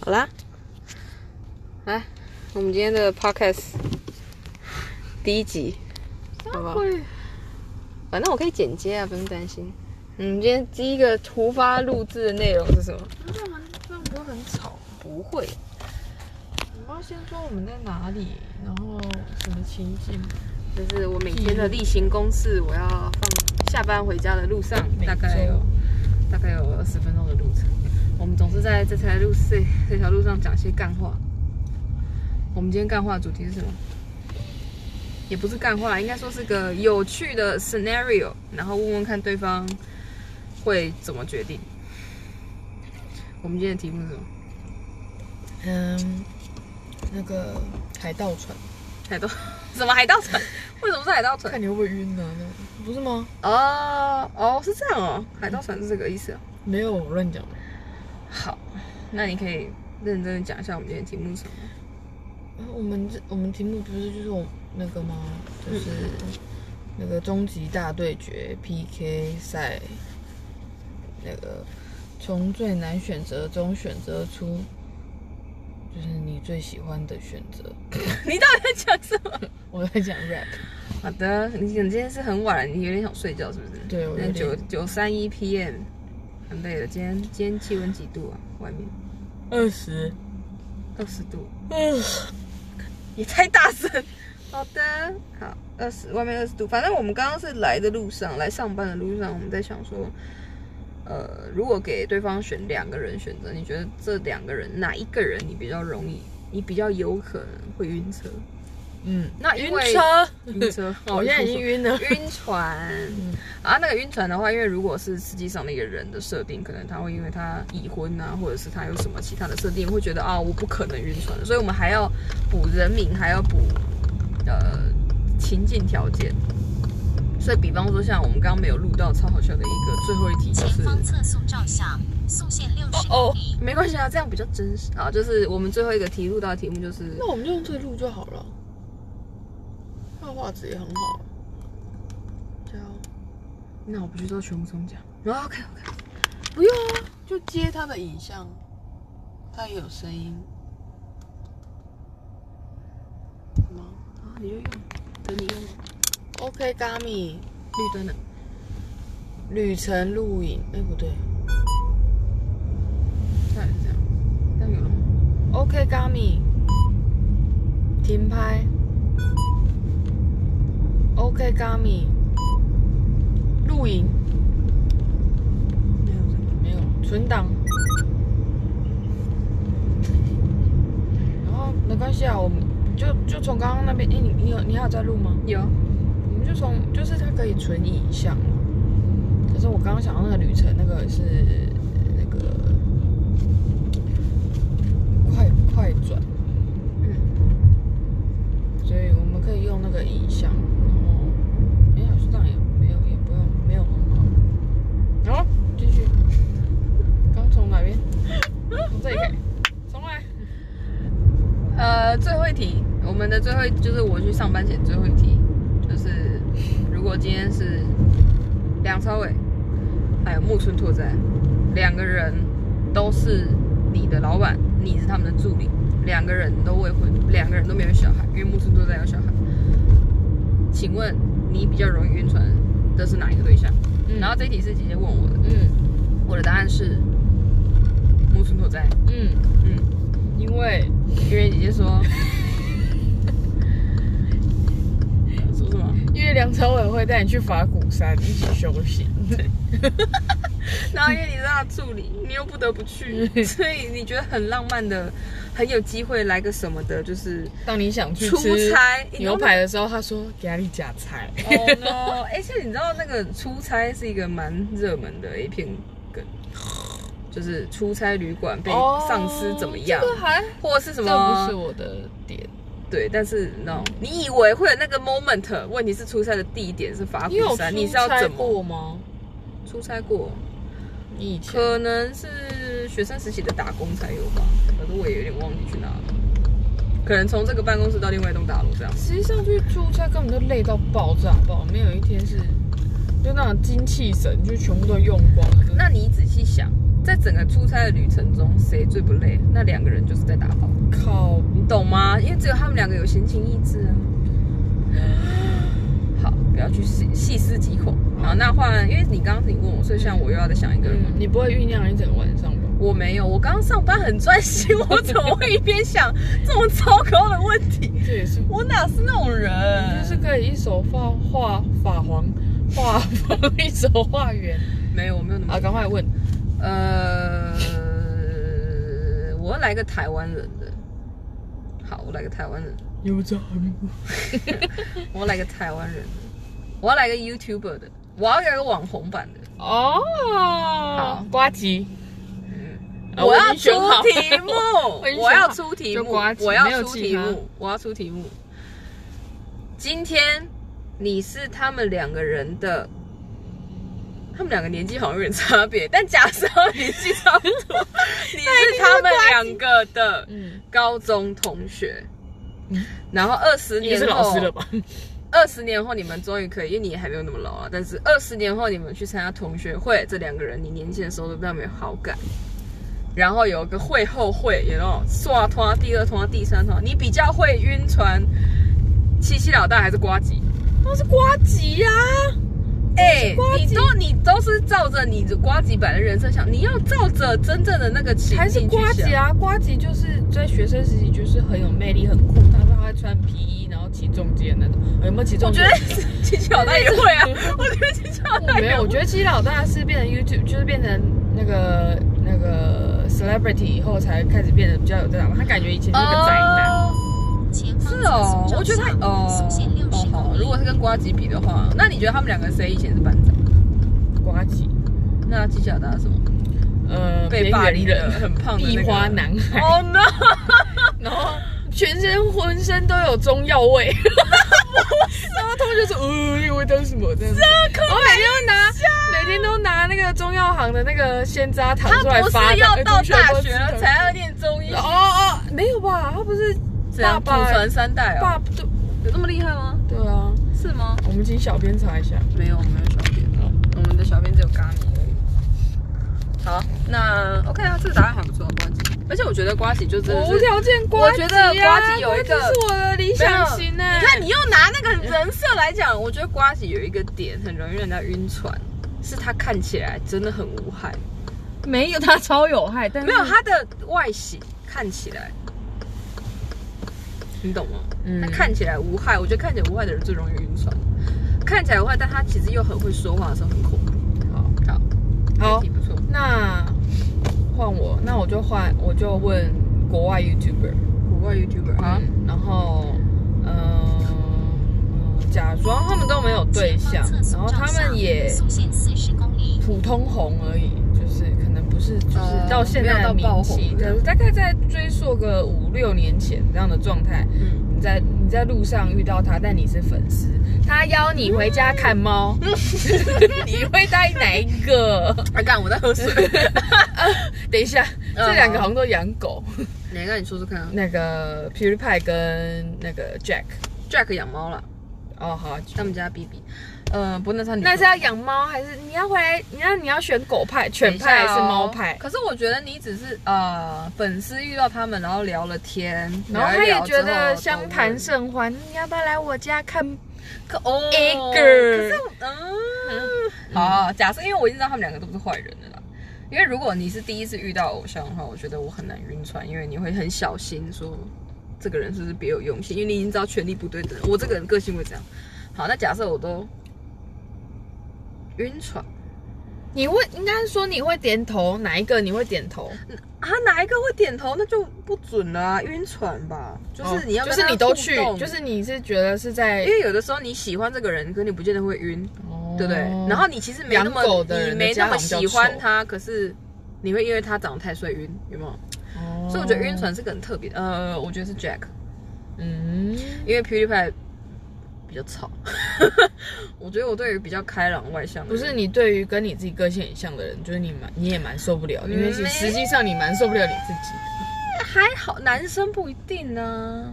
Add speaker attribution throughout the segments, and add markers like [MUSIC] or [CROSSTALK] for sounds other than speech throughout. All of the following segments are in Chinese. Speaker 1: 好啦，来，我们今天的 podcast 第一集，好不好？反正我可以剪接啊，不用担心。嗯，今天第一个突发录制的内容是什么？
Speaker 2: 那么那们都很吵。
Speaker 1: 不会，
Speaker 2: 我们要先说我们在哪里，然后什么情景，
Speaker 1: 就是我每天的例行公事，我要放下班回家的路上，
Speaker 2: 每
Speaker 1: 大概
Speaker 2: 周
Speaker 1: 有大概有二十分钟的路程。我们总是在这条路 [LAUGHS] 这这条路上讲些干话。我们今天干话的主题是什么？也不是干话，应该说是个有趣的 scenario，然后问问看对方会怎么决定。我们今天的题目是什么？
Speaker 2: 嗯，那个海盗船，
Speaker 1: 海盗 [LAUGHS] 什么海盗船？ [LAUGHS] 为什么是海盗船？
Speaker 2: 看你会不会晕啊？那个不是吗？
Speaker 1: 哦哦，是这样哦，海盗船是这个意思哦。
Speaker 2: 没有我乱讲的。
Speaker 1: 好，那你可以认真的讲一下我们今天的题目是什么？ [LAUGHS]
Speaker 2: 呃我们这我们题目不是就是我那个吗？就是那个终极大对决 PK 赛，那个从最难选择中选择出，就是你最喜欢的选择。
Speaker 1: 你到底在讲什么？ [LAUGHS]
Speaker 2: 我在讲 rap，
Speaker 1: 好的，你你今天是很晚了，你有点想睡觉是不是？
Speaker 2: 对我有
Speaker 1: 那
Speaker 2: 点
Speaker 1: 九九三一 PM，很累了。今天今天气温几度啊？外面
Speaker 2: 二十，
Speaker 1: 二十度，
Speaker 2: 嗯，
Speaker 1: 也太大声。 [LAUGHS] 好的，好，二十，外面二十度。反正我们刚刚是来的路上，来上班的路上，我们在想说，呃，如果给对方选两个人选择，你觉得这两个人哪一个人你比较容易，你比较有可能会晕车？
Speaker 2: 嗯，
Speaker 1: 那
Speaker 2: 晕
Speaker 1: 因 [LAUGHS] 为哦
Speaker 2: 车，，
Speaker 1: 晕车
Speaker 2: 我现在已经晕了。
Speaker 1: 晕 [LAUGHS] 船啊，那个晕船的话，因为如果是实际上的一个人的设定，可能他会因为他已婚啊，或者是他有什么其他的设定，会觉得啊，我不可能晕船的，所以我们还要补人名，还要补呃情境条件。所以，比方说像我们刚刚没有录到超好笑的一个最后一题，就
Speaker 3: 前
Speaker 1: 是
Speaker 3: 方测速照相，速限六十
Speaker 1: 哦
Speaker 3: 公里。，
Speaker 1: 没关系啊，这样比较真实啊。就是我们最后一个题录到的题目就是
Speaker 2: 那我们就用这路就好了，画画质也很好。对啊，
Speaker 1: 那我不去做全部中奖。啊 OK OK，
Speaker 2: 不用啊，就接他的影像，他也有声音。什么
Speaker 1: 啊，你就用，等你用
Speaker 2: ？OK，咖米
Speaker 1: 绿灯了。
Speaker 2: 旅程录影，哎、不对
Speaker 1: 大概是这样，这样有了吗？
Speaker 2: ，OK，咖米停拍，OK，咖米录影
Speaker 1: 没有这个。
Speaker 2: 没有存档，然后没关系啊，我们就就从刚刚那边，哎、你你有你还有在录吗？
Speaker 1: 有，
Speaker 2: 我们就从就是它可以存影像嘛。可是我刚刚想到那个旅程，那个是那个快快转，
Speaker 1: 嗯，
Speaker 2: 所以我们可以用那个影像，然后哎，好像这样也没有也不用没有很好。然后继续，刚从哪边？从这里开，重来。
Speaker 1: 呃，最后一题，我们的最后一就是我去上班前最后一题，就是如果今天是梁朝伟还有木村拓哉两个人都是你的老板，你是他们的助理，两个人都未婚，两个人都没有小孩，因为木村拓哉有小孩。请问你比较容易晕船的是哪一个对象？
Speaker 2: 嗯
Speaker 1: 然后这一题是姐姐问我的，
Speaker 2: 嗯
Speaker 1: 我的答案是木村拓哉。
Speaker 2: 嗯，
Speaker 1: 嗯。
Speaker 2: 因为
Speaker 1: 因为姐姐
Speaker 2: [LAUGHS]
Speaker 1: 说，说什么？
Speaker 2: 因为梁朝伟会带你去法鼓山一起修行。
Speaker 1: 然后因为你是他的助理，你又不得不
Speaker 2: [LAUGHS]
Speaker 1: 去，所以你觉得很浪漫的，很有机会来个什么的，就是
Speaker 2: 当你想去
Speaker 1: 出
Speaker 2: 吃
Speaker 1: 差
Speaker 2: 牛排的时候，他说给你加菜。
Speaker 1: 哦 [LAUGHS] no！而且你知道那个出差是一个蛮热门的 A 片梗，就是出差旅馆被上司怎么样，
Speaker 2: 这个还
Speaker 1: 或者是什
Speaker 2: 哦这
Speaker 1: 么
Speaker 2: 不是我的点，
Speaker 1: 对，但是你知道，你以为会有那个 moment，问题是出差的地点是法
Speaker 2: 你有
Speaker 1: 鼓山，你
Speaker 2: 出
Speaker 1: 是要
Speaker 2: 差
Speaker 1: 怎么
Speaker 2: 过吗？
Speaker 1: 出差过？
Speaker 2: 你以前
Speaker 1: 可能是学生时期的打工才有吧，可是我也有点忘记去哪了。可能从这个办公室到另外一栋大楼这样。
Speaker 2: 实际上去出差根本就累到爆炸，好不好？没有一天是就那种精气神就全部都用光了。
Speaker 1: 那你仔细想，在整个出差的旅程中，谁最不累？那两个人就是在打炮，
Speaker 2: 靠，
Speaker 1: 你懂吗？因为只有他们两个有闲情逸致啊。好，不要去细细思极恐。好，那换，因为你刚刚你问我，所以现在我又要再想一个人嘛。
Speaker 2: 嗯，你不会酝酿一整个晚上吧？
Speaker 1: 我没有，我刚刚上班很专心，我怎么会一边想这么糟糕的问题？
Speaker 2: 这也是，
Speaker 1: 我哪是那种人？
Speaker 2: 就是可以一手画画法皇，画 [LAUGHS] 风，一手画圆
Speaker 1: 没有，我没有那么
Speaker 2: 啊！赶快问，
Speaker 1: 呃，我要来个台湾人的。好，我来个台湾人，
Speaker 2: 有在韩国？
Speaker 1: 我要来个台湾人的，我要来个 YouTuber 的，我要来个网红版的。
Speaker 2: 哦，瓜吉，啊
Speaker 1: 我要
Speaker 2: 已
Speaker 1: 出
Speaker 2: 经选好
Speaker 1: 题目
Speaker 2: 我已
Speaker 1: [LAUGHS]
Speaker 2: 经选好，
Speaker 1: 我要出题
Speaker 2: 就
Speaker 1: 目，
Speaker 2: 瓜子
Speaker 1: 我要
Speaker 2: 没有
Speaker 1: 出
Speaker 2: 其
Speaker 1: 题
Speaker 2: 他
Speaker 1: 目，我要出题目。今天你是他们两个人的，他们两个年纪好像有点差别，但假设年纪差不
Speaker 2: [LAUGHS]
Speaker 1: 多，你是他们两个的
Speaker 2: 嗯，
Speaker 1: 高中同学
Speaker 2: 嗯，
Speaker 1: 然后二十
Speaker 2: 应该
Speaker 1: 年
Speaker 2: 是老
Speaker 1: 后
Speaker 2: 师，了吧？
Speaker 1: 二十年后你们终于可以，因为你还没有那么老啊，但是二十年后你们去参加同学会，这两个人你年轻的时候都对他们有好感，然后有个会后会，有那种刷团、第二团、第三团，你比较会晕船，七七老大还是瓜吉？
Speaker 2: 那是瓜吉啊呀、
Speaker 1: 哎、
Speaker 2: 瓜吉
Speaker 1: 你都你都是照着你的瓜吉版的人生想，你要照着真正的那个情
Speaker 2: 还是
Speaker 1: 境去
Speaker 2: 瓜吉
Speaker 1: 想。
Speaker 2: 啊？瓜吉就是在学生时期就是很有魅力、很酷，他说他会穿皮衣，然后骑重机的那种。有没有骑
Speaker 1: 我
Speaker 2: 重机？
Speaker 1: 觉得七七老大也会啊，我觉得七七老大
Speaker 2: [LAUGHS] 我没
Speaker 1: 也
Speaker 2: 有，我
Speaker 1: 会。啊
Speaker 2: 觉得其实老大是变成 YouTube，就是变成那个那个 celebrity 以后才开始变得比较有这样。他感觉以前是个宅男。
Speaker 1: 哦
Speaker 3: 前方
Speaker 1: 是哦，我觉得他哦
Speaker 3: 速限六
Speaker 1: 哦
Speaker 3: 十
Speaker 1: 好
Speaker 3: 公，里。
Speaker 1: 如果是跟瓜吉比的话，那你觉得他们两个谁以前是班长？
Speaker 2: 瓜吉，
Speaker 1: 那吉小达是什 [LAUGHS] 么？
Speaker 2: 呃，
Speaker 1: 被
Speaker 2: 边
Speaker 1: 霸
Speaker 2: 缘
Speaker 1: 凌的
Speaker 2: 人，
Speaker 1: 很胖的那个
Speaker 2: 壁花男孩， [LAUGHS]
Speaker 1: 哦 [LAUGHS] no！
Speaker 2: 然后全身浑身都有中药味。 [LAUGHS] 然后同学说，呃，那个味道是什啊么？这样子。我每天都拿，每天都拿那个中药行的那个鲜榨糖
Speaker 1: 他
Speaker 2: 出来
Speaker 1: 不是
Speaker 2: 发的。
Speaker 1: 要
Speaker 2: 哎
Speaker 1: 到
Speaker 2: 同学
Speaker 1: 大
Speaker 2: 都知
Speaker 1: 学了
Speaker 2: 道
Speaker 1: 才要念 [LAUGHS] 中医，
Speaker 2: 哦哦，没有吧？他不是
Speaker 1: 这样祖
Speaker 2: 爸爸
Speaker 1: 传三代
Speaker 2: 爸
Speaker 1: 哦，
Speaker 2: 对
Speaker 1: 有这么厉害吗？
Speaker 2: 对啊，
Speaker 1: 是吗？哦
Speaker 2: 我们请小编查一下。
Speaker 1: 没有，没有小编，我们的小编只有咖米而已。好，那 OK 啊，这个答案还不错，瓜吉。而且我觉得瓜吉就真的
Speaker 2: 无
Speaker 1: 是，
Speaker 2: 条件瓜吉、啊，
Speaker 1: 我觉得瓜吉有一个
Speaker 2: 瓜吉是我的理想型哎、
Speaker 1: 你看你又拿那个人设来讲，我觉得瓜吉有一个点很容易让人家晕船，是他看起来真的很无害。
Speaker 2: 没有他超有害，但
Speaker 1: 没有，它的外形看起来，你懂吗？
Speaker 2: 嗯
Speaker 1: 它看起来无害，我觉得看起来无害的人最容易晕船。看起来无害，但他其实又很会说话的时候很恐怖。
Speaker 2: 好
Speaker 1: 好，
Speaker 2: 好
Speaker 1: 这题，不错。
Speaker 2: 那换我，那我就换，我就问国外 YouTuber
Speaker 1: 国外 YouTuber 啊，
Speaker 2: 嗯然后呃呃，假装他们都没有对象，然后他们也
Speaker 3: 速限四十公
Speaker 1: 啊
Speaker 3: 里。
Speaker 2: 普通红而已，就是可能不是，就是到现在的
Speaker 1: 呃没有到爆
Speaker 2: 名
Speaker 1: 红
Speaker 2: 气，
Speaker 1: 这样
Speaker 2: 对大概在追溯个五六年前这样的状态。
Speaker 1: 嗯，
Speaker 2: 你在你在路上遇到他，但你是粉丝，他邀你回家
Speaker 1: [LAUGHS]
Speaker 2: 看猫，你会带哪一个？
Speaker 1: 啊，干，我在喝水。 [LAUGHS]
Speaker 2: [LAUGHS] 等一下，
Speaker 1: 嗯
Speaker 2: 这两个好像都养狗，
Speaker 1: 哪个？你说说看啊。
Speaker 2: 那个 PewDiePie 跟那个 Jack。
Speaker 1: Jack 养猫啦，
Speaker 2: 哦，好，
Speaker 1: 他们家 BB。呃，不，那是他女朋
Speaker 2: 那
Speaker 1: 友
Speaker 2: 是要养猫还是你要回来？你要你要选狗派、
Speaker 1: 哦
Speaker 2: 犬派还是猫派？
Speaker 1: 可是我觉得你只是呃粉丝遇到他们，然后聊了天，
Speaker 2: 然后他也觉得相
Speaker 1: 相
Speaker 2: 谈甚欢，你要不要来我家看？
Speaker 1: 可哦
Speaker 2: Egg
Speaker 1: 可是嗯，好，假设因为我已经知道他们两个都不是坏人了啦。因为如果你是第一次遇到偶像的话，我觉得我很难晕船，因为你会很小心说这个人是不是别有用心，因为你已经知道权力不对等。我这个人个性会这样。好，那假设我都晕船
Speaker 2: 你会应该说你会点头，哪一个你会点头？
Speaker 1: 啊，哪一个会点头，那就不准了、啊，晕船吧。就是你要、
Speaker 2: 哦就
Speaker 1: 跟
Speaker 2: 是
Speaker 1: 他
Speaker 2: 你都
Speaker 1: 互
Speaker 2: 去，
Speaker 1: 动
Speaker 2: 就是你是觉得是在
Speaker 1: 因为有的时候你喜欢这个人，可你不见得会晕。对不对？然后你其实没那么
Speaker 2: 哦养狗的人
Speaker 1: 你没那么喜
Speaker 2: 的家长比
Speaker 1: 欢
Speaker 2: 较
Speaker 1: 他，可是你会因为他长得太帅晕，有没有？
Speaker 2: 哦
Speaker 1: 所以我觉得晕，船是个很特别的。呃，我觉得是 Jack，
Speaker 2: 嗯，
Speaker 1: 因为 PewDiePie 比较吵。 [LAUGHS] 我觉得我对于比较开朗外向的
Speaker 2: 不
Speaker 1: 人
Speaker 2: 是你对于跟你自己个性很像的人，就是你蛮你也蛮受不了的，因为其实
Speaker 1: 嗯没
Speaker 2: 实际上你蛮受不了你自己的。
Speaker 1: 还好，男生不一定呢、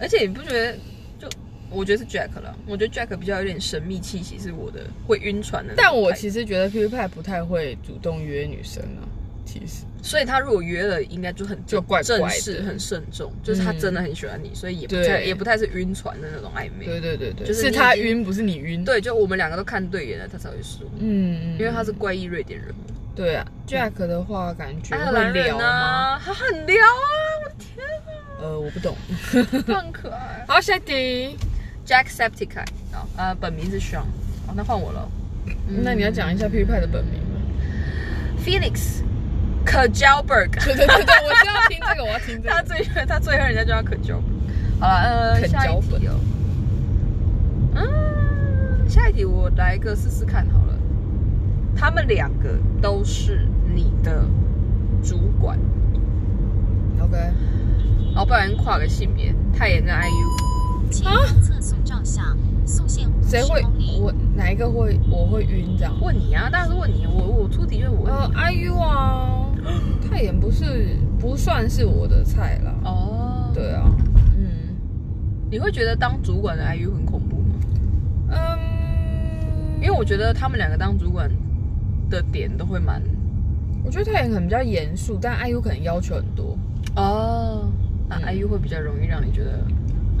Speaker 1: 而且你不觉得就？我觉得是 Jack 了，我觉得 Jack 比较有点神秘气息，是我的会晕船的那种态度。
Speaker 2: 但我其实觉得 PewDiePie 不太会主动约女生啊，其实
Speaker 1: 所以他如果约了，应该就很
Speaker 2: 就怪怪的嗯
Speaker 1: 正式、很慎重，就是他真的很喜欢你，所以也不太
Speaker 2: 对
Speaker 1: 也不太是晕船的那种暧昧。
Speaker 2: 对对对对，
Speaker 1: 就是
Speaker 2: 是
Speaker 1: 你已
Speaker 2: 他
Speaker 1: 经
Speaker 2: 晕，不是你晕。，
Speaker 1: 对，就我们两个都看对眼了，他才会说，
Speaker 2: 嗯，
Speaker 1: 因为他是怪异瑞典人嘛。
Speaker 2: 对啊，Jack 的话感觉
Speaker 1: 爱尔
Speaker 2: 会
Speaker 1: 兰人
Speaker 2: 聊吗？
Speaker 1: 啊，他很撩啊，我的
Speaker 2: 呃，我不
Speaker 1: [LAUGHS]
Speaker 2: 懂。
Speaker 1: 天，很可爱。
Speaker 2: 好，下一题。
Speaker 1: Jack Septicai 啊，呃，本名是 Sean，哦，那换我了。嗯
Speaker 2: 那你要讲一下 P 派的本名
Speaker 1: [LAUGHS]
Speaker 2: 吗？
Speaker 1: Felix k j a l b e r g
Speaker 2: 对对对对，我就要听这个，我要听这
Speaker 1: 他
Speaker 2: 个。
Speaker 1: 最他最恨人家就要可交。好了，呃，
Speaker 2: 肯
Speaker 1: 下一
Speaker 2: 交
Speaker 1: 题哦。嗯，下一题我来一个试试看好了。他们两个都是你的主管，
Speaker 2: OK，
Speaker 1: 哦，不然跨个性别，泰妍跟 IU。
Speaker 3: 前方测速照相，速限五
Speaker 2: 谁
Speaker 3: 十
Speaker 2: 会
Speaker 3: 公里。
Speaker 2: 我哪一个会我会晕这样？
Speaker 1: 问你啊，当然是问你，我我出题就是我问你。
Speaker 2: 呃，IU 啊，泰妍不是不算是我的菜啦。
Speaker 1: 哦，
Speaker 2: 对啊，嗯
Speaker 1: 你会觉得当主管的 IU 很恐怖吗？
Speaker 2: 嗯，
Speaker 1: 因为我觉得他们两个当主管的点都会蛮……
Speaker 2: 我觉得泰妍可能比较严肃，但 IU 可能要求很多。
Speaker 1: 哦，那
Speaker 2: 嗯
Speaker 1: IU 会比较容易让你觉得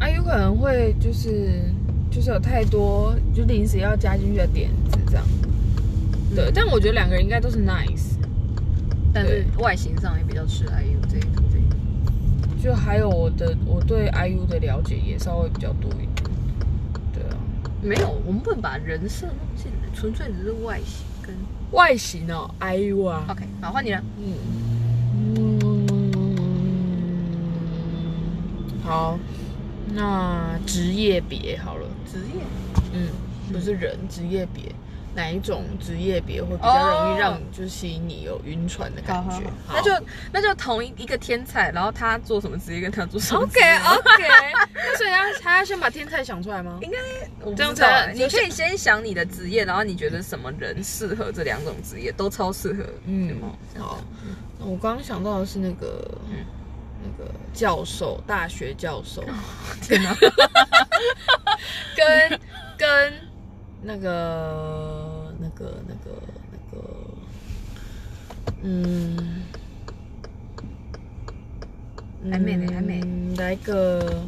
Speaker 2: IU 哎可能会就是就是有太多就临时要加进去的点子这样。对，但我觉得两个人应该都是 nice，
Speaker 1: 但是外形上也比较吃 IU 这一这一
Speaker 2: 就还有我的我对 IU 的了解也稍微比较多一点。对啊，
Speaker 1: 没有，我们不能把人设弄进来，纯粹只是外形跟
Speaker 2: 外形哦，IU 啊，
Speaker 1: OK。好，换你了。
Speaker 2: 嗯，好，那职业别好了，
Speaker 1: 职业
Speaker 2: 嗯，不是人，职业别，哪一种职业别会比较容易让
Speaker 1: 哦
Speaker 2: 你就是吸引你有晕船的感
Speaker 1: 感觉
Speaker 2: 觉？，好
Speaker 1: 那就那就同一一个天才，然后他做什么职业跟他做什么
Speaker 2: OK
Speaker 1: 职
Speaker 2: [LAUGHS]
Speaker 1: 业
Speaker 2: OK，那所以他他要先把天才想出来吗？
Speaker 1: 应我不
Speaker 2: 这样
Speaker 1: 知道
Speaker 2: 才
Speaker 1: 欸
Speaker 2: 啊就
Speaker 1: 你
Speaker 2: 是
Speaker 1: 可以先想你的职业，然后你觉得什么人适合这两种职业，都超适合，
Speaker 2: 嗯
Speaker 1: 嗯，吗？这样
Speaker 2: 好，那我刚刚想到的是那个、
Speaker 1: 嗯
Speaker 2: 那个教授，大学教 [LAUGHS] 授，
Speaker 1: 天哪， [LAUGHS]
Speaker 2: 跟跟那个那个那个那个，嗯，
Speaker 1: 还没呢还没
Speaker 2: 嗯来个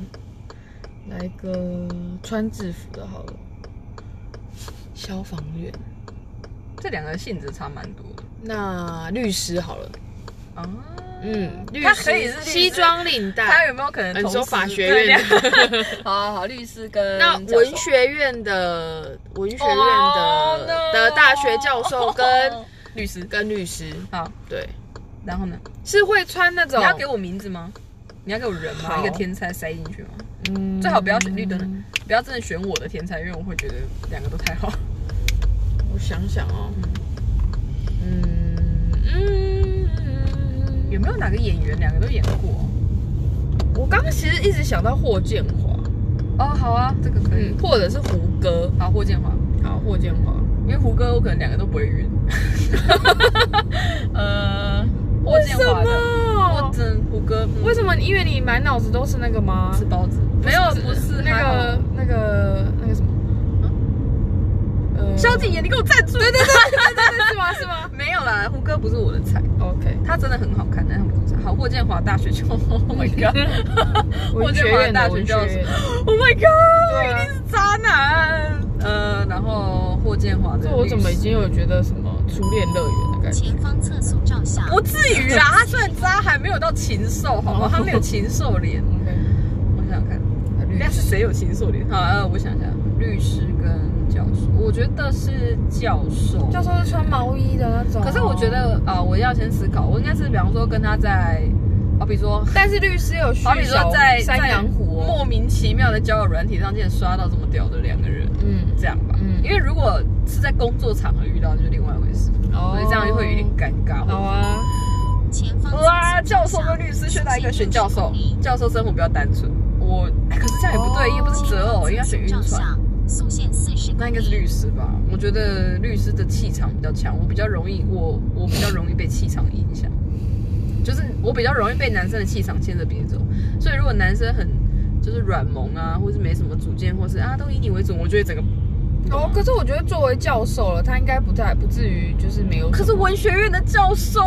Speaker 2: 来个穿制服的好了，消防员，
Speaker 1: 这两个性质差蛮多的
Speaker 2: 那律师好了。哦
Speaker 1: 啊。
Speaker 2: 嗯，律
Speaker 1: 他
Speaker 2: 师
Speaker 1: 可以是律师
Speaker 2: 西装领
Speaker 1: 他
Speaker 2: 带。
Speaker 1: 有没有可能
Speaker 2: 嗯
Speaker 1: 同
Speaker 2: 走
Speaker 1: 时
Speaker 2: 法学
Speaker 1: 对
Speaker 2: 院
Speaker 1: 两
Speaker 2: [LAUGHS]
Speaker 1: 好好好，律师跟
Speaker 2: 那
Speaker 1: 教授
Speaker 2: 文学院的文学院
Speaker 1: 哦
Speaker 2: 的、
Speaker 1: no
Speaker 2: 的大学教授跟
Speaker 1: 律师
Speaker 2: 跟律师，
Speaker 1: 好，
Speaker 2: 对，
Speaker 1: 然后呢？
Speaker 2: 是会穿那种
Speaker 1: 你要给我名字吗？你要给我人吗？
Speaker 2: 好
Speaker 1: 一个天才塞进去吗？
Speaker 2: 嗯
Speaker 1: 最好不要选绿灯的，不要真的选我的天才，因为我会觉得两个都太好。
Speaker 2: 我想想哦，嗯嗯
Speaker 1: 有
Speaker 2: 嗯，
Speaker 1: 没有哪个演员两个都演过？
Speaker 2: 我刚刚其实一直想到霍建华，
Speaker 1: 哦，好啊，这个可以
Speaker 2: 嗯。，或者是胡歌，
Speaker 1: 好，霍建华，
Speaker 2: 好，霍建华，
Speaker 1: 因为胡歌我可能两个都不会晕。 [LAUGHS] 呃，霍建华
Speaker 2: 为
Speaker 1: 的，
Speaker 2: 什么
Speaker 1: 霍真胡歌，嗯
Speaker 2: 为什么？因为你满脑子都是那个吗？
Speaker 1: 吃包子？没有，不是
Speaker 2: 那个那个那个什么，呃，
Speaker 1: 萧敬腾，你给我站住！对对对对对对，
Speaker 2: 是 [LAUGHS] 吗？是吗
Speaker 1: 没有啦，胡歌不是我的菜。
Speaker 2: ？OK，
Speaker 1: 他真的很好看，但他不是好。霍建华大学教授 [LAUGHS] ，Oh
Speaker 2: [LAUGHS]
Speaker 1: my god！霍
Speaker 2: 文学
Speaker 1: 建华
Speaker 2: 院
Speaker 1: 大
Speaker 2: 的
Speaker 1: 学
Speaker 2: 文学
Speaker 1: 教授
Speaker 2: 院，
Speaker 1: [LAUGHS] ，Oh my god！
Speaker 2: 对
Speaker 1: 一定
Speaker 2: 啊，
Speaker 1: 是渣男。呃，然后霍建华的律
Speaker 2: 这
Speaker 1: 师，
Speaker 2: 我怎么已经有觉得什么初恋乐园的感 [LAUGHS] 觉？
Speaker 3: 前方测速照相，
Speaker 1: 不至于啦？他虽然渣，还没有到禽兽，好
Speaker 2: [LAUGHS]
Speaker 1: 吗？
Speaker 2: 哦
Speaker 1: 他没有禽兽脸。
Speaker 2: 嗯
Speaker 1: 我想想看，但是谁有禽兽脸？好，呃，我想一下，律师跟教授，我觉得是教授。
Speaker 2: 教授是穿毛衣的那种，
Speaker 1: 可是我觉，得啊、我要先思考，我应该是比方说跟他在，好比说
Speaker 2: 但是律师有去
Speaker 1: 好比说
Speaker 2: 小
Speaker 1: 在
Speaker 2: 山羊湖
Speaker 1: 在
Speaker 2: 哦，
Speaker 1: 莫名其妙的交友软体上，竟然刷到这么屌的两个人，
Speaker 2: 嗯，
Speaker 1: 这样吧。
Speaker 2: 嗯
Speaker 1: 因为如果是在工作场合遇到，就是另外一回事，
Speaker 2: 哦
Speaker 1: 所以这样会有点尴尬。
Speaker 2: 好啊，
Speaker 3: 前方
Speaker 1: 哇，
Speaker 3: 测
Speaker 1: 教
Speaker 3: 速
Speaker 1: 授
Speaker 3: 照
Speaker 1: 跟
Speaker 3: 相
Speaker 1: 律师选哪一个？选教授。教授生活比较单纯。嗯我、哎可是这样也不对，
Speaker 2: 哦
Speaker 1: 因为不是择偶，应该选晕
Speaker 3: 照
Speaker 1: 船。
Speaker 3: 相，速限四十
Speaker 1: 那
Speaker 3: 公
Speaker 1: 应该是
Speaker 3: 里。
Speaker 1: 律师吧？我觉得律师的气场比较强，我比较容易，我我比较容易被气场影响，就是我比较容易被男生的气场牵着鼻子走。所以如果男生很就是软萌啊，或是没什么主见，或是啊都以你为主，我就会整个
Speaker 2: 哦，可是我觉得作为教授了，他应该不太不至于就是没有什么。
Speaker 1: 可是文学院的教授，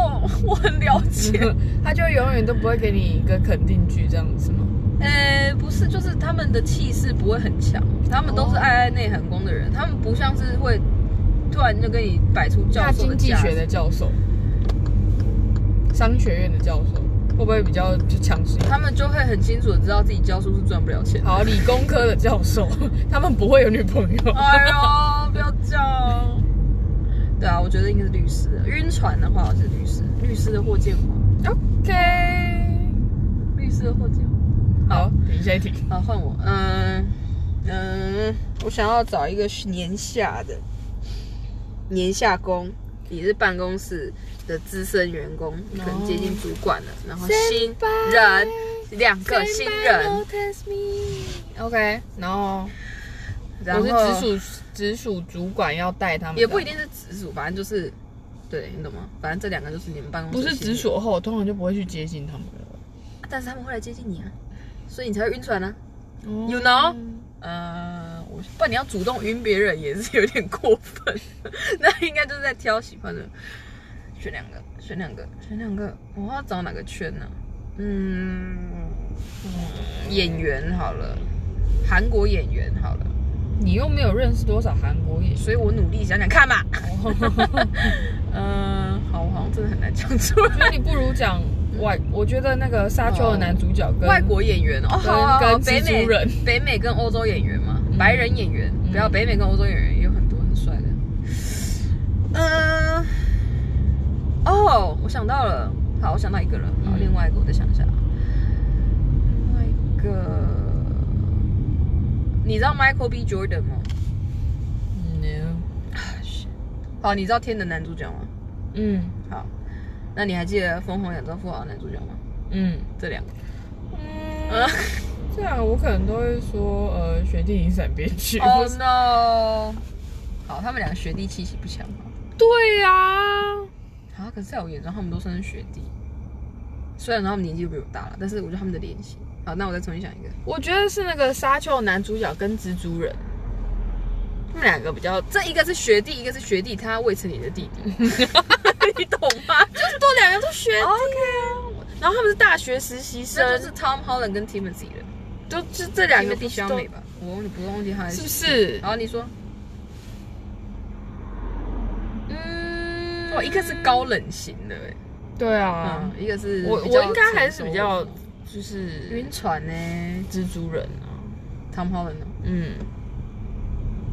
Speaker 1: 我很了解。
Speaker 2: [LAUGHS] 他就永远都不会给你一个肯定句这样子吗？
Speaker 1: 呃，不是，就是他们的气势不会很强，他们都是
Speaker 2: 哦
Speaker 1: 爱爱内涵功的人，他们不像是会突然就跟你摆出教
Speaker 2: 大
Speaker 1: 授的
Speaker 2: 经济
Speaker 1: 架
Speaker 2: 学
Speaker 1: 势
Speaker 2: 的教授，商学院的教授，会不会比较就强势？
Speaker 1: 他们就会很清楚的知道自己教书是赚不了钱。
Speaker 2: 好，理工科的教授， [LAUGHS] 他们不会有女朋友。
Speaker 1: 哎 [LAUGHS] 呦，不要这样。对啊，我觉得应该是律师。晕船的话，我是律师，律师的霍建华，
Speaker 2: OK，
Speaker 1: 律师的霍建华。
Speaker 2: 好，，等一下一题。
Speaker 1: 好，换我。嗯嗯，我想要找一个年下的年下工，你是办公室的资深员工，你可能接近主管了，然后新人两个新人，
Speaker 2: OK，然后
Speaker 1: 然
Speaker 2: 我
Speaker 1: 后
Speaker 2: 是直属直属主管要带他们的，
Speaker 1: 也不一定是直属，反正就是，对你懂吗？反正这两个就是你们办公
Speaker 2: 不
Speaker 1: 室
Speaker 2: 是
Speaker 1: 新人
Speaker 2: 直，属后，通常就不会去接近他们了。
Speaker 1: 但是他们会来接近你啊，所以你才会晕船啊。You
Speaker 2: 有
Speaker 1: know？呃，我不然你要主动晕别人也是有点过分，那应该就是在挑喜欢的，选两个，选两个，选两个，我要找哪个圈呢、嗯嗯，演员好了，韩国演员好了，
Speaker 2: 你又没有认识多少韩国演员，
Speaker 1: 所以我努力想想看嘛。 [LAUGHS] 嗯、好，我好像真的很难讲出来。
Speaker 2: 所以你不如讲外。我觉得那个沙丘的男主角跟
Speaker 1: 外国演员哦，好
Speaker 2: 跟
Speaker 1: 好好，
Speaker 2: 跟
Speaker 1: 北
Speaker 2: 蜘
Speaker 1: 美
Speaker 2: 蛛人
Speaker 1: 北美跟欧洲演员嘛，
Speaker 2: 嗯
Speaker 1: 白人演员，不要
Speaker 2: 嗯
Speaker 1: 北美跟欧洲演员也有很多很帅的。嗯，哦，我想到了，好，我想到一个了，好，
Speaker 2: 嗯
Speaker 1: 另外一个我再想一下，另外一个，你知道 Michael B. Jordan 吗？
Speaker 2: 嗯
Speaker 1: 好，你知道《天》的男主角吗？
Speaker 2: 嗯
Speaker 1: 好，那你还记得《疯狂亚洲富豪》的男主角吗？
Speaker 2: 嗯，
Speaker 1: 这两个，
Speaker 2: 嗯
Speaker 1: 嗯
Speaker 2: 这样我可能都会说呃，雪地影闪边
Speaker 1: [LAUGHS]
Speaker 2: 去。
Speaker 1: ，Oh no！好，他们两个学弟气息不强吗？
Speaker 2: 对呀、
Speaker 1: 啊，可是在我眼中，他们都算是学弟。虽然他们年纪都比我大了，但是我觉得他们的联系。好，那我再重新想一个。
Speaker 2: 我觉得是那个沙丘的男主角跟蜘蛛人，他们两个比较
Speaker 1: 这一个是学弟，一个是学弟，他未成年的弟 [LAUGHS] 弟，你懂吗？就是
Speaker 2: 都两个都学弟
Speaker 1: OK
Speaker 2: 哦然后他们是大学实习生，
Speaker 1: 这就是 Tom Holland 跟 Timothy 了，
Speaker 2: 都这这
Speaker 1: 两
Speaker 2: 两
Speaker 1: 个
Speaker 2: 个
Speaker 1: 弟小美吧？我忘记不忘记他的
Speaker 2: 是不？是？
Speaker 1: 好，你说，
Speaker 2: 嗯
Speaker 1: 哦，一个是高冷型的、欸，
Speaker 2: 对啊
Speaker 1: 嗯，，一个是
Speaker 2: 我
Speaker 1: 比较
Speaker 2: 我应该还是比较
Speaker 1: 成熟
Speaker 2: 就是
Speaker 1: 晕船呢、
Speaker 2: 蜘蛛人啊，
Speaker 1: Tom Holland 哦、
Speaker 2: 嗯，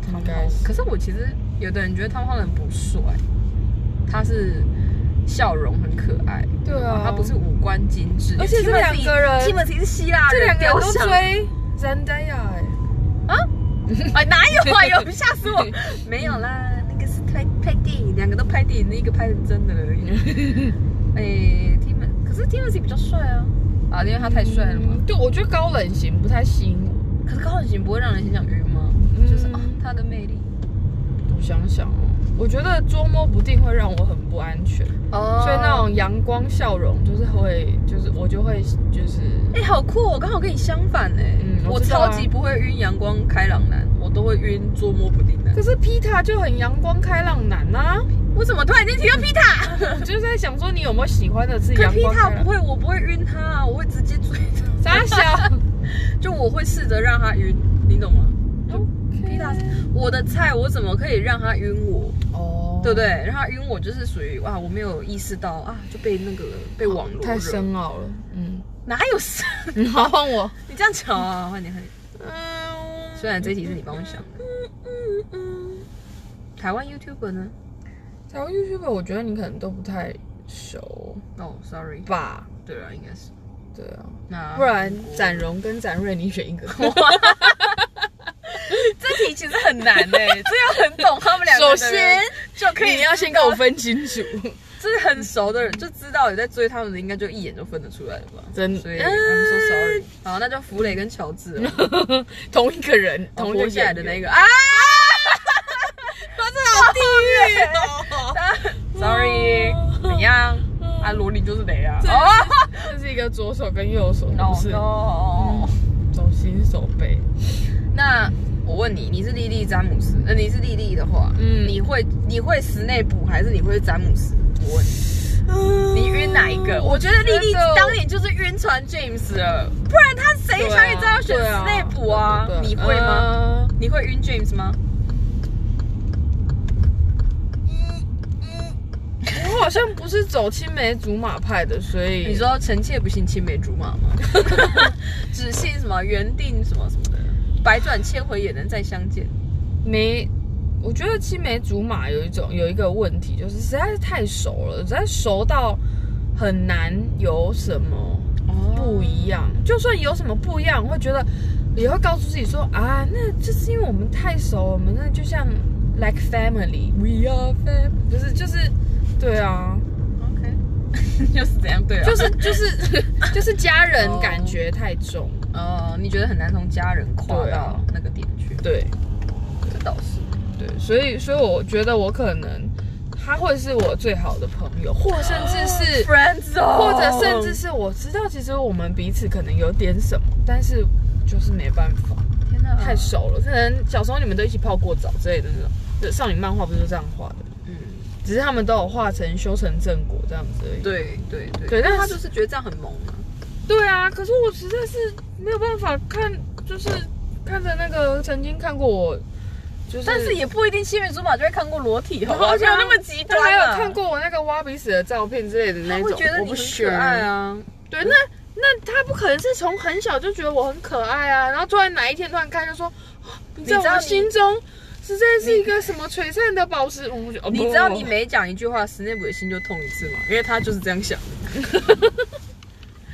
Speaker 1: Tom
Speaker 2: 应该是
Speaker 1: Holland 可是我其实有的人觉得 Tom Holland 不帅，他是笑容很可爱，
Speaker 2: 对啊
Speaker 1: 他不是五官精致，
Speaker 2: 而且这两个人
Speaker 1: Timothy 是希腊
Speaker 2: 这
Speaker 1: 人
Speaker 2: 两个人
Speaker 1: 雕
Speaker 2: 都
Speaker 1: 像
Speaker 2: 追 Zendaya 哎，
Speaker 1: [LAUGHS] 哎，哪有啊？有吓死
Speaker 2: [LAUGHS]
Speaker 1: 我！没有啦，那个是拍拍电影，两个都拍电影，那个拍成真的而
Speaker 2: [LAUGHS]
Speaker 1: 已。哎，Tim，可是 Timothy 比较帅啊，啊，因为他太帅了嘛。
Speaker 2: 嗯对，我觉得高冷型不太吸引我。
Speaker 1: 嗯可是高冷型不会让人很想晕吗？
Speaker 2: 嗯
Speaker 1: 就是啊，他的魅力。
Speaker 2: 我想想哦，我觉得捉摸不定会让我很不安全，
Speaker 1: 哦
Speaker 2: 所以那种阳光笑容就是会，就是我就会就是
Speaker 1: 哎、好酷、哦！我刚好跟你相反哎、
Speaker 2: 嗯
Speaker 1: 我
Speaker 2: 我知道
Speaker 1: 超
Speaker 2: 啊
Speaker 1: 级不会晕阳光开朗男，我都会晕捉摸不定男
Speaker 2: 可。是皮塔就很阳光开朗男呐、
Speaker 1: 我怎么突然间提到皮塔？
Speaker 2: 我就是在想说你有没有喜欢的是
Speaker 1: 可
Speaker 2: 阳
Speaker 1: 皮
Speaker 2: 光
Speaker 1: 塔
Speaker 2: 开朗
Speaker 1: 不会，我不会晕他啊，我会直接追他，
Speaker 2: 傻 [LAUGHS] 小。
Speaker 1: 就我会试着让他晕，你懂吗？
Speaker 2: 皮塔
Speaker 1: 我的菜，我怎么可以让他晕我？
Speaker 2: 哦，
Speaker 1: 对不对？？让他晕我就是属于哇，我没有意识到啊，就被那个被网络
Speaker 2: 哦太
Speaker 1: 惹，
Speaker 2: 深奥了，嗯，
Speaker 1: 哪有深？ [LAUGHS]
Speaker 2: 好换我。
Speaker 1: 你这样讲啊，换你换你。
Speaker 2: 嗯，
Speaker 1: 虽然这题是你帮我想的，台湾 YouTuber 呢？
Speaker 2: 台湾 YouTube 我觉得你可能都不太熟
Speaker 1: 哦、s o r r y
Speaker 2: 吧？
Speaker 1: 对啊，应该是。
Speaker 2: 对啊，
Speaker 1: 那
Speaker 2: 不然
Speaker 1: 我
Speaker 2: 展荣跟展瑞你选一 [LAUGHS] 个。
Speaker 1: 这题其实很难哎、
Speaker 2: [LAUGHS]
Speaker 1: 这要很懂他们两个的人
Speaker 2: 首先
Speaker 1: 就可以
Speaker 2: 你要先跟我，分清楚，
Speaker 1: 就是很熟的人就知道有在追他们的，应该就一眼就分得出来了吧？
Speaker 2: 真
Speaker 1: 所以
Speaker 2: 嗯
Speaker 1: I'm so sorry。好，那就弗雷跟乔治了，
Speaker 2: 同一个人，同一
Speaker 1: 活
Speaker 2: 个
Speaker 1: 下来的那
Speaker 2: 个。
Speaker 1: [LAUGHS] 个啊
Speaker 2: 他真的好地 [LAUGHS] 狱哦！
Speaker 1: 欸，sorry，怎样？啊，萝莉就是雷啊！
Speaker 2: 真
Speaker 1: 哦
Speaker 2: 这是一个左手跟右手，嗯
Speaker 1: ，no
Speaker 2: 不是
Speaker 1: no，
Speaker 2: 手心手背。
Speaker 1: 那我问你，你是莉莉詹姆斯，呃，你是莉莉的话，
Speaker 2: 嗯
Speaker 1: 你会你会室内捕还是你会詹姆斯？我问你，你晕哪一
Speaker 2: 嗯
Speaker 1: 个？我觉得莉莉
Speaker 2: 觉得
Speaker 1: 当年就是晕船 James 了，不然他谁想也知道选
Speaker 2: 对
Speaker 1: 室
Speaker 2: 啊
Speaker 1: 内捕啊
Speaker 2: 对？对对
Speaker 1: 你会吗？
Speaker 2: 呃
Speaker 1: 你会晕 James 吗？
Speaker 2: 嗯我好像不是走青梅竹马派的，所以
Speaker 1: 你说臣妾不信青梅竹马吗？ [LAUGHS] 只信什么缘定什么什么的，百转千回也能再相见。
Speaker 2: 没，我觉得青梅竹马有一种有一个问题，就是实在是太熟了，实在熟到很难有什么
Speaker 1: 哦
Speaker 2: 不一样。就算有什么不一样，我会觉得也会告诉自己说啊，那就是因为我们太熟了，我们那就像 like family，we are family，就是就是，对啊，
Speaker 1: OK，就是 [LAUGHS] 这样对啊，
Speaker 2: 就是就是 [LAUGHS] 就是家人
Speaker 1: 哦
Speaker 2: 感觉太重，
Speaker 1: 呃，你觉得很难从家人跨
Speaker 2: 对
Speaker 1: 到
Speaker 2: 啊
Speaker 1: 那个点去，
Speaker 2: 对。
Speaker 1: 这倒是。，
Speaker 2: 对，所以所以我觉得我可能他会是我最好的朋友，或甚至是
Speaker 1: friends，
Speaker 2: 或者甚至是我知道其实我们彼此可能有点什么，但是就是没办法，
Speaker 1: 天哪，
Speaker 2: 太熟了。可能小时候你们都一起泡过澡之类的那种，就少女漫画不是这样画的，
Speaker 1: 嗯，
Speaker 2: 只是他们都有画成修成正果这样子而已。
Speaker 1: 对对对，
Speaker 2: 对但
Speaker 1: 他
Speaker 2: 是
Speaker 1: 就是觉得这样很萌啊。
Speaker 2: 对啊，可是我实在是没有办法看，就是看着那个曾经看过我。就是，
Speaker 1: 但是也不一定青梅竹马就会看过裸体，好不好？
Speaker 2: 好
Speaker 1: 没有
Speaker 2: 像
Speaker 1: 那么极端
Speaker 2: 他
Speaker 1: 啊。
Speaker 2: 还有看过我那个挖鼻屎的照片之类的那
Speaker 1: 他
Speaker 2: 种，
Speaker 1: 会觉得
Speaker 2: 我
Speaker 1: 你
Speaker 2: 不
Speaker 1: 很
Speaker 2: 学
Speaker 1: 可爱啊。
Speaker 2: 对，那那他不可能是从很小就觉得我很可爱啊，然后突然哪一天突然看就说， [GASPS] 啊你在
Speaker 1: 你知道
Speaker 2: 我
Speaker 1: 你
Speaker 2: 心中实在是一个什么璀璨的宝石。我就哦
Speaker 1: 你
Speaker 2: 不
Speaker 1: 知道你每讲一句话，史内普的心就痛一次吗？因为他就是这样想的。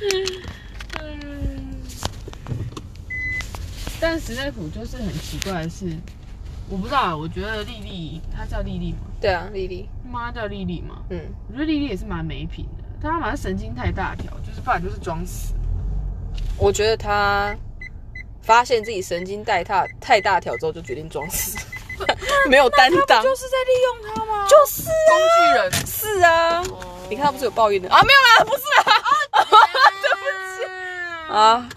Speaker 2: 嗯，但史内普就是很奇怪的是，我不知道啊，我觉得莉莉，她叫莉莉吗？
Speaker 1: 对啊，莉莉，
Speaker 2: 妈叫莉莉吗？
Speaker 1: 嗯，
Speaker 2: 我觉得莉莉也是蛮没品的，她好像神经太大条，就是不然就是装死。
Speaker 1: 我觉得他发现自己神经带大太大条之后，就决定装死， [LAUGHS] 没有担当，
Speaker 2: 就是在利用她吗？
Speaker 1: 就是啊
Speaker 2: 工具人。
Speaker 1: 是啊，你看他不是有抱怨的啊？没有啦，不是啊，对不起啊，